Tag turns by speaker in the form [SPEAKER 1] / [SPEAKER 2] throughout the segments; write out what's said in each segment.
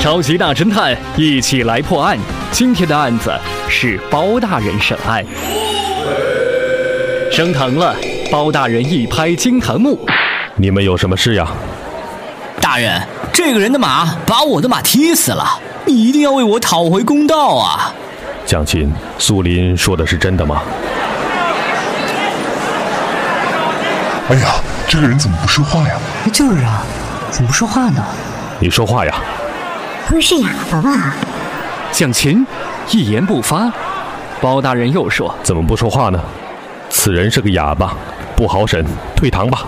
[SPEAKER 1] 超级大侦探，一起来破案。今天的案子是包大人审案，升堂了。包大人一拍惊堂木，
[SPEAKER 2] 你们有什么事呀？
[SPEAKER 3] 大人，这个人的马把我的马踢死了，你一定要为我讨回公道啊！
[SPEAKER 2] 蒋琴，苏林说的是真的吗？
[SPEAKER 4] 哎呀，这个人怎么不说话呀？
[SPEAKER 5] 哎，就是啊，怎么不说话呢？
[SPEAKER 2] 你说话呀！
[SPEAKER 6] 不是哑巴吧？
[SPEAKER 1] 蒋琴一言不发。包大人又说
[SPEAKER 2] 怎么不说话呢？此人是个哑巴，不好审，退堂吧。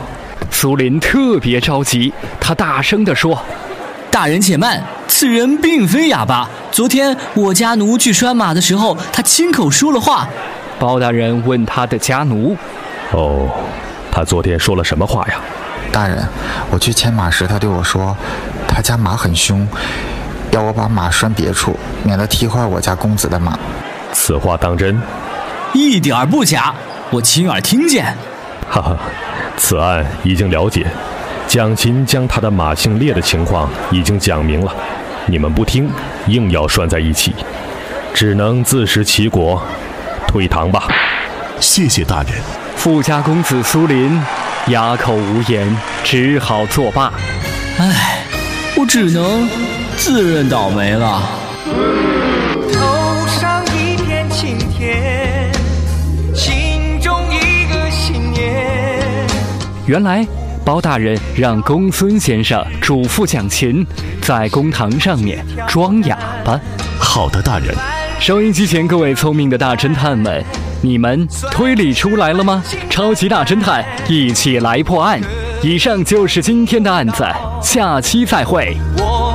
[SPEAKER 1] 苏林特别着急，他大声地说：“
[SPEAKER 3] 大人且慢，此人并非哑巴。昨天我家奴去拴马的时候，他亲口说了话。”
[SPEAKER 1] 包大人问他的家奴：“
[SPEAKER 2] 哦，他昨天说了什么话呀？”
[SPEAKER 7] 大人，我去牵马时，他对我说：“他家马很凶，要我把马拴别处，免得踢坏我家公子的马。”
[SPEAKER 2] 此话当真？
[SPEAKER 3] 一点不假，我亲耳听见。
[SPEAKER 2] 哈哈，此案已经了解，蒋勤将他的马姓烈的情况已经讲明了，你们不听，硬要拴在一起，只能自食其果，退堂吧。
[SPEAKER 4] 谢谢大人。
[SPEAKER 1] 富家公子苏林哑口无言，只好作罢。
[SPEAKER 3] 唉，我只能自认倒霉了。
[SPEAKER 8] 头上一片晴天，心中一个信念。
[SPEAKER 1] 原来包大人让公孙先生嘱咐蒋勤在公堂上面装哑巴。
[SPEAKER 4] 好的，大人。
[SPEAKER 1] 收音机前各位聪明的大侦探们，你们推理出来了吗？超级大侦探，一起来破案！以上就是今天的案子，下期再会。
[SPEAKER 8] 我。